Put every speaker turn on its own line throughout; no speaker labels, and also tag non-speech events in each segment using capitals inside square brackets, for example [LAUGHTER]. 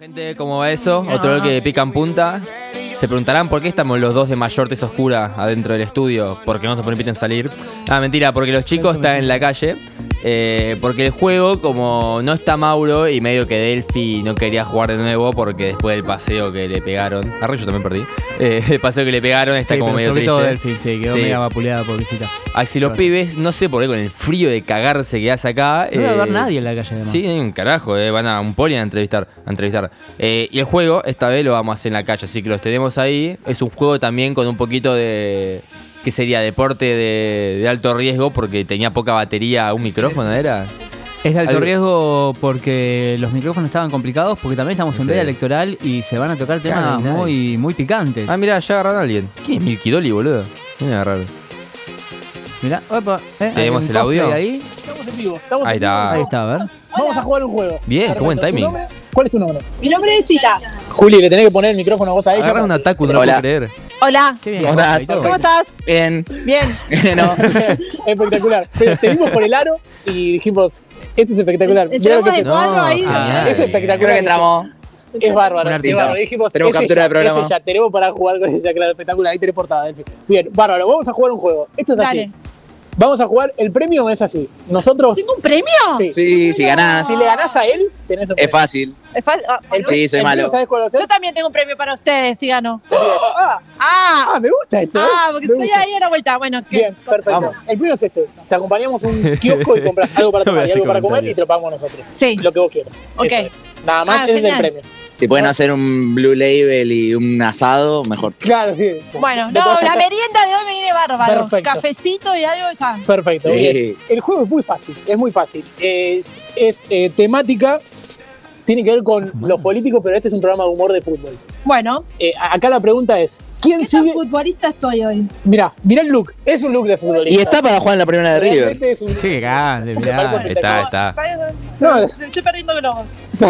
Gente como eso, otro que pican punta, se preguntarán por qué estamos los dos de mayor tez oscura adentro del estudio, porque no nos permiten salir. Ah, mentira, porque los chicos están en la calle, eh, porque el juego, como no está Mauro y medio que Delphi no quería jugar de nuevo porque después del paseo que le pegaron, arre yo también perdí, eh, [LAUGHS] el paseo que le pegaron está
Sí,
como medio
pero sobre
triste.
todo Delphi, sí, quedó
Sí.
media vapuleada por visita.
Ay, si los
Pasa.
pibes, no sé por qué con el frío de cagarse que hace acá.
No va a haber
eh,
nadie en la calle, además.
Sí, un carajo, eh, van a un poli a entrevistar. A entrevistar. Eh, y el juego, esta vez lo vamos a hacer en la calle, así que los tenemos ahí. Es un juego también con un poquito de. ¿Qué sería? Deporte de, de alto riesgo, porque tenía poca batería, un micrófono, ¿era?
Es de alto
Algo-
riesgo porque los micrófonos estaban complicados, porque también estamos en
Sí.
veda electoral y se van a tocar temas
Calendario.
muy, muy picantes.
Ah, mira, ya agarraron a alguien. ¿Quién es Milky Dolly, boludo? ¿Quién agarraron?
Mirá, opa, eh,
¿Tenemos
hay un
el audio? Ah.
cosplay Ahí.
Estamos en vivo, estamos
Ahí
en vivo.
está.
ahí está, a ver.
Vamos a jugar un juego.
Bien, qué buen
¿tu
timing.
nombre? ¿Cuál es tu nombre?
Mi nombre es Chita.
Juli, le tenés que poner el micrófono vos a ella.
Agarraron un ataque, no lo puedo
Hola.
creer.
Hola.
Qué bien.
¿Cómo
cosplay,
estás?
todo.
¿Cómo estás?
Bien,
Bien.
no.
[LAUGHS] espectacular. Pero te vimos por el aro y dijimos, esto es espectacular. Mirá lo
Entramos
que
de
te-
cuadro ahí.
genial.
Es espectacular.
Creo que entramos.
Es bárbaro,
Un
es
artista.
bárbaro. Y dijimos,
Tenemos
es
captura
ella,
de programa.
es ella, tenemos para jugar con ella, claro, espectacular. Ahí tenés portada, Delphi. Bien, bárbaro, vamos a jugar un juego. Esto es
Dale.
así. Vamos a jugar, el premio es así. Nosotros,
¿Tengo un premio?
sí.
Sí, si ganás,
si le ganás a él, tenés un
es
premio.
fácil.
Es fácil. Ah,
El-
Sí, soy
el
malo.
premio, ¿Sabés cuál va a ser?
Yo también tengo un premio para ustedes,
[GASPS]
si gano.
Ah, ah,
Ah,
me gusta esto.
ah,
eh.
porque
Me
estoy
gusta.
ahí a la vuelta. Bueno, ¿qué?
Bien, perfecto.
Vamos.
El primero es este. Te acompañamos a un kiosco y compras algo
[LAUGHS]
para
No voy a
tomar y
hacer
algo para comer
comentario.
y te lo pagamos nosotros.
Sí.
Lo que vos quieras.
Ok.
Eso es. Nada más,
Ah,
ese es el
genial.
premio.
Si pueden hacer un Blue Label y un asado, mejor.
Claro, sí.
Bueno,
Lo
no,
podés
la
hacer.
merienda de hoy me viene bárbaro.
Perfecto.
Cafecito y algo ya.
Perfecto.
Sí.
bien. El juego es muy fácil, es muy fácil. Eh, es eh, temática, tiene que ver con los políticos, pero este es un programa de humor de fútbol.
Bueno,
Eh, a- acá la pregunta es, ¿quién
¿qué tan
sigue?
futbolista estoy hoy?
Mirá, mirá el look, es un look de futbolista.
Y está para jugar en la primera de River.
Realmente es [LAUGHS] un-
Qué grande, mirá.
parece-
Está, está.
Ah, No,
Se- Estoy perdiendo globos.
Se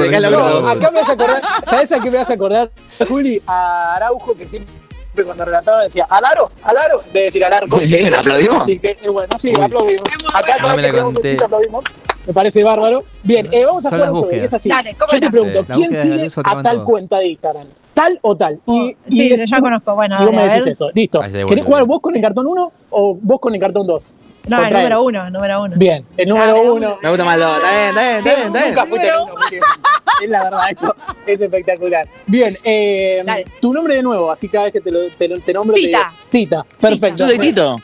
le cae la
No,
boca.
No, acá me vas a acordar, ¿sabes a qué me vas a acordar, Juli? A Araujo, que siempre cuando relataba decía, Alaro, Alaro, de decir Alarco.
bien, aplaudimos.
Así que, eh, bueno, sí,
Uy.
aplaudimos. Acá
No me la
que tenemos
conté.
un aplaudimos. Me parece bárbaro. Bien, eh, vamos a
Son
jugar
las
un juego,
búsquedas.
es así.
Dale,
[LAUGHS]
¿cómo
Yo te
era?
pregunto,
Sí. La
¿quién
búsqueda de
sigue
Galuso te
a
manda
tal
todo.
cuenta de Instagram? Tal o tal. Y, y
Oh, Sí, ya conozco. Bueno,
y vos me
a
decís
ver.
eso. Listo.
Ahí se devuelve.
¿Querés jugar vos con el cartón 1 o vos con el cartón 2?
No, el
Contrae.
número uno, el número uno.
Bien, el número
Dale,
1.
Me gusta más el dos. Está bien, está bien, está bien, está bien.
Nunca fuiste
Número
el uno, porque Es la verdad, esto es espectacular. Bien, eh,
Dale.
tu nombre de nuevo, así cada vez que te, lo, te, lo- te nombro. te
Tita.
digo, Tita, perfecto.
Yo soy Tito.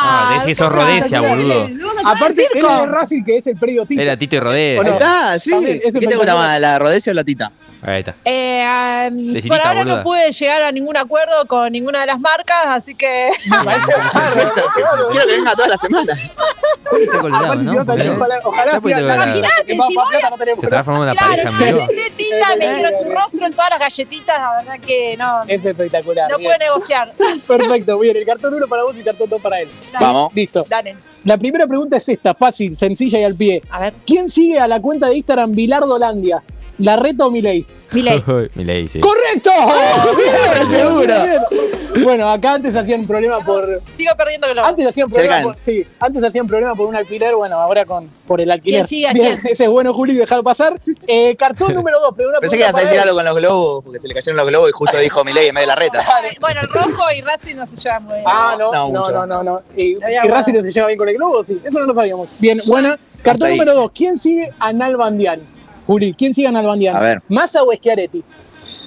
Ah, decís que sos Rodesia, boludo.
Aparte, él es de
circo.
Racing, que es el previo Tita.
Era Tito y Rodea.
¿O no?
Ahí está, sí.
También,
¿Qué
es
te gusta
espectacular.
más, la Rodesia o la Tita?
Ahí está.
Eh, ah,
Decidita,
por ahora
boluda.
no pude llegar a ningún acuerdo con ninguna de las marcas, así que
Me parece bárbaro.
Perfecto. Quiero que venga todas las semanas.
Está colorado,
Aparte,
¿no?
yo también,
Porque-
Ojalá, ojalá
Ya fuiste
sea la-
colorado.
la- que más-
si
más
voy
plata no tenemos,
Se
pero
transforma
[LAUGHS]
en una
claro,
pareja
no,
en vivo.
metí tita, me quiero tu rostro en todas las galletitas, la verdad que no,
Es espectacular.
no
bien.
pude negociar.
[LAUGHS] Perfecto, bien. El cartón 1 para vos y el cartón 2 para él.
Dale,
Vamos.
Listo.
Dale,
La primera pregunta es esta, fácil, sencilla y al pie.
a ver.
¿Quién sigue a la cuenta de Instagram Bilardolandia? ¿La reta o Milei?
[LAUGHS]
Milei.
Milei, sí.
¡Correcto!
¡Oh! ¡Bien, seguro!
bien. Bueno, acá antes hacían problema por.
Sigo perdiendo globos.
Antes hacían
Se
problema
caen.
por, sí, antes hacían problema por un alfiler, bueno, ahora con por el alquiler.
¿Quién sigue a
Bien, Ese es bueno, Juli, déjalo pasar. Eh,
[LAUGHS]
cartón número 2, pero una
Pensé que
pregunta
ibas a decir
para él.
algo con los globos, porque se le cayeron los globos y justo dijo Milei en medio de la reta.
Bueno, el rojo y Racing no se llevan muy bien.
Ah, no,
No,
no,
mucho.
no, no, no. ¿Y,
La voy a
y
guardar.
Racing no se lleva bien con el globo? Sí, eso no lo sabíamos. Bien, buena. Cartón
ahí.
número 2, ¿quién sigue a Nalbandian? Juli, ¿quién sigue a Nalbandian?
A ver.
¿Massa o Schiaretti?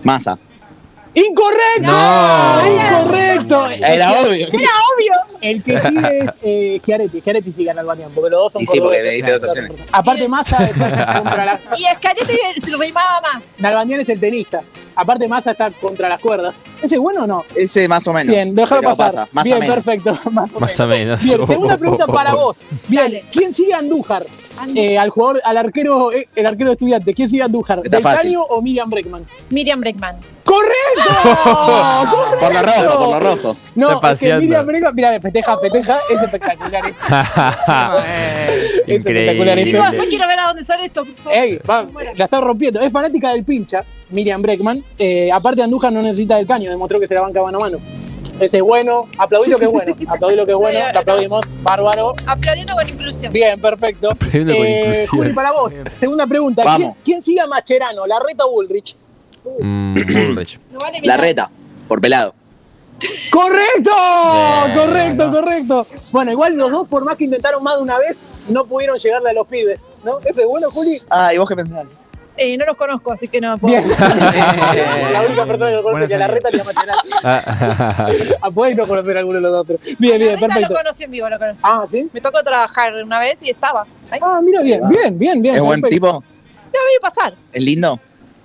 Masa.
¡Incorrecto!
No.
¡Incorrecto!
Era obvio.
Obvio.
El que
[LAUGHS]
sigue es eh, Schiaretti. Schiaretti sigue en Albanián, porque los dos son
Y sí, porque
cordobeses.
me diste dos opciones.
Aparte,
[LAUGHS]
Massa después está contra la...
Y Escarete se rimaba más.
Nalbandián es el tenista. Aparte, Massa está contra las cuerdas. ¿Ese es bueno o no?
Ese más o menos.
Bien, déjalo
Pero
pasar.
pasa, Más
Bien,
o menos.
perfecto. [LAUGHS] Más o
Más
menos.
o menos.
Bien,
[LAUGHS]
segunda pregunta para vos. Bien,
Dale.
¿quién sigue a Andújar? Eh, al jugador, al arquero, eh, el arquero estudiante. ¿Quién sigue a Andújar?
Está
¿Del
fácil.
Caño o Miriam Breckman?
Miriam Breckman.
¡Correcto! ¡Correcto!
[LAUGHS] Por lo rojo, por lo rojo.
No,
Está
es que
paseando.
Miriam Breckman, mira, festeja, festeja, es espectacular. esto.
[LAUGHS]
Es espectacular esto.
Increíble.
Chicos, no quiero ver a dónde sale esto. por favor.
Ey, va,
Bueno.
la está rompiendo. Es fanática del pincha, Miriam Breckman. Eh, aparte, Andújar no necesita del caño, demostró que se la banca mano a mano. Ese es bueno. Aplaudí lo que es bueno. Aplaudí lo que es bueno. Te aplaudimos. Bárbaro.
Aplaudiendo con inclusión.
Bien, perfecto. Eh,
Aplaudiendo con inclusión.
Juli, para vos. Segunda pregunta.
Vamos.
¿Quién, quién sigue a Macherano? ¿La reta o Bullrich?
Mm, Bullrich.
No vale
La
mirar.
reta, por pelado.
¡Correcto!
Bien,
correcto,
¿no?
correcto. Bueno, igual los dos, por más que intentaron más de una vez, no pudieron llegarle a los pibes. ¿No? Ese es bueno, Juli.
Ah, ¿y vos
[LAUGHS]
qué pensás?
Eh, no los conozco, así que no puedo.
Bien. la única persona que lo conoce
Buena
que a la
señal.
reta ni a Macherano.
Ah,
[LAUGHS] Ah, podéis no conocer a alguno de los dos, pero. Bien,
La
bien,
reta
perfecto.
lo conocí en vivo, lo conocí.
Ah, ¿sí?
Me tocó trabajar una vez y estaba. Ahí.
Ah, mira, bien, bien, bien, bien.
¿Es buen
perfecto.
tipo?
Lo vi pasar.
¿Es lindo?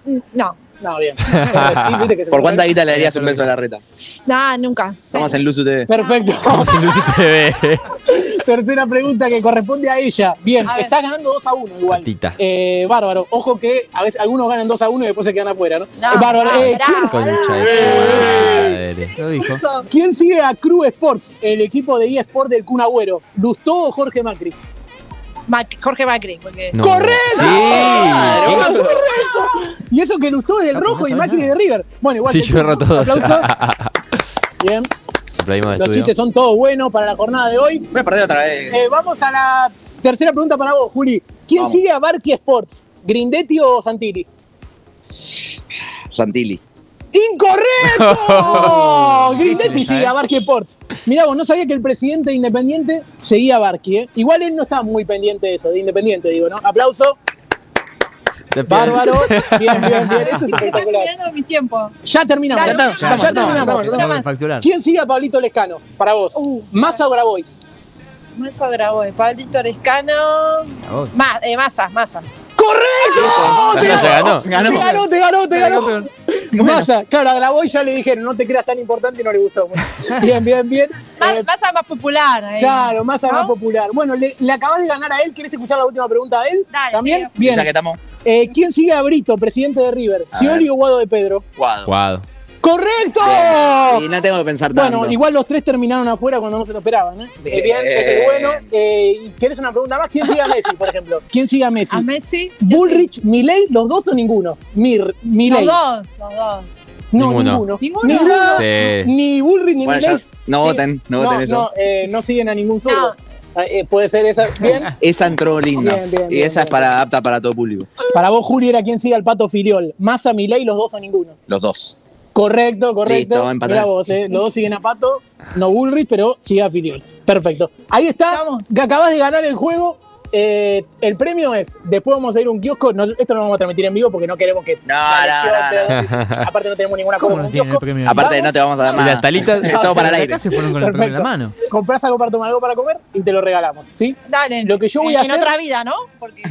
Mm, No,
No, bien. [LAUGHS] Sí, viste que se
¿Por cuánta
conoce.
guita le darías un beso a la reta?
nada, nunca. Sí.
Estamos en Luzu TV.
Perfecto.
[LAUGHS]
Vamos en Lucy TV.
Tercera pregunta que corresponde a ella. Bien,
A ver.
estás ganando 2 a 1
[LAUGHS]
igual.
Patita.
Eh, bárbaro. Ojo que a veces algunos ganan 2 a 1 y después se quedan afuera, ¿no?
No,
Eh, bárbaro.
no,
Eh,
bravo.
¿quién,
Concha de tu madre.
Lo dijo.
Eso.
quién sigue a Crew Sports, el equipo de eSport del Kun Agüero? ¿Lustó o Jorge Macri?
Mac- Jorge Macri. Porque...
No.
¡Correcto!
¡Sí!
Claro.
Y eso que Lustó es del
Capo,
rojo
no
y
sabe
Macri
nada.
de River. Bueno, igual.
Sí,
te-
yo erro todos. [LAUGHS]
Aplauso. Bien.
Aplaudimos al
Los
estudio.
chistes son todos buenos para la jornada de hoy.
Voy a perder otra vez.
Eh, vamos a la tercera pregunta para vos, Juli. ¿Quién
Vamos.
sigue a Barty Sports? ¿Grindetti o Santilli?
Santilli.
¡Incorrecto! Grindetti
Difícil esa,
sigue
¿eh?
a Barqui Sports. Mirá, vos no sabía que el presidente de Independiente seguía a Barqui, ¿eh? Igual él no está muy pendiente de eso, de Independiente, digo, ¿no? Aplauso,
Te pido-
bárbaro. Bien, bien, bien. Esto es [LAUGHS]
Chicos, están
espectacular.
terminando mi tiempo.
Ya terminamos.
Ya estamos,
ya
ya estamos,
terminamos.
estamos,
Tengo que facturar.
¿Quién sigue a Pablito Lescano? Para vos.
Uh,
Massa o Grabois.
Massa grabó. eh, Pablito Lescano.
voy.
Ma- eh, masa, masa.
¡Correcto!
Ya ganó.
Ganó.
Te ganó, te ganó, te ganó. Massa, claro, a Grabois ya le dijeron, no te creas tan importante y no le gustó. mucho. Bien, bien, bien. Eh,
Más, masa más popular. eh.
Claro, más a
¿No?
más popular. Bueno, le, le acabas de ganar a él. ¿Querés escuchar la última pregunta a él?
Dale,
¿También?
sí.
Bien.
Ya que estamos.
Eh, ¿Quién sigue a Brito, presidente de River?
A
¿Sioli
ver.
o Guado de Pedro?
Guado.
Guado.
¡Correcto!
Y no tengo que pensar tanto.
Bueno, igual los tres terminaron afuera cuando no se lo esperaban. ¿eh? Eh, Bien,
Bien.
ese es bueno. Eh, ¿y ¿Querés una pregunta más? ¿Quién sigue a Messi, por ejemplo? ¿Quién sigue a Messi?
A Messi.
¿Bullrich, Milei, los dos o ninguno? Mir,
Los
Milei.
dos, los dos.
No,
Ninguno.
ninguno.
Ninguno.
Sí.
Ni Bullrich ni
Eh. Bueno,
Milei.
ya no
Sí.
voten, no voten eso.
No, eh, no siguen a ningún solo. Eh, puede ser esa. Bien.
Esa entró linda.
Bien, bien,
y
bien,
esa
bien.
es para apta para todo público.
Para vos, Juli, era quien sigue al pato Filiol. Massa, Milei, los dos a ninguno.
Los dos.
Correcto, correcto.
Listo, empatado.
Mirá vos, eh, los dos siguen a pato, no Bullrich, pero sigue a Filiol. Perfecto. Ahí está.
Estamos.
que Acabas de ganar el juego. Eh, el premio es, después vamos a ir a un kiosco, no- esto no lo vamos a transmitir en vivo porque no queremos que...
No,
la
no,
elección te- Aparte no tenemos ninguna
¿Cómo no
cosa con un
tienen el
kiosco.
premio?
Aparte, no te vamos a dar
Y las
nada.
talitas.
[LAUGHS] Es todo para el aire.
Acá se fueron con el premio en la mano.
Comprás algo para tomar, algo para comer y te lo regalamos, ¿sí?
Dale.
Lo que yo voy
en,
a
en
hacer-
otra vida, ¿no? Porque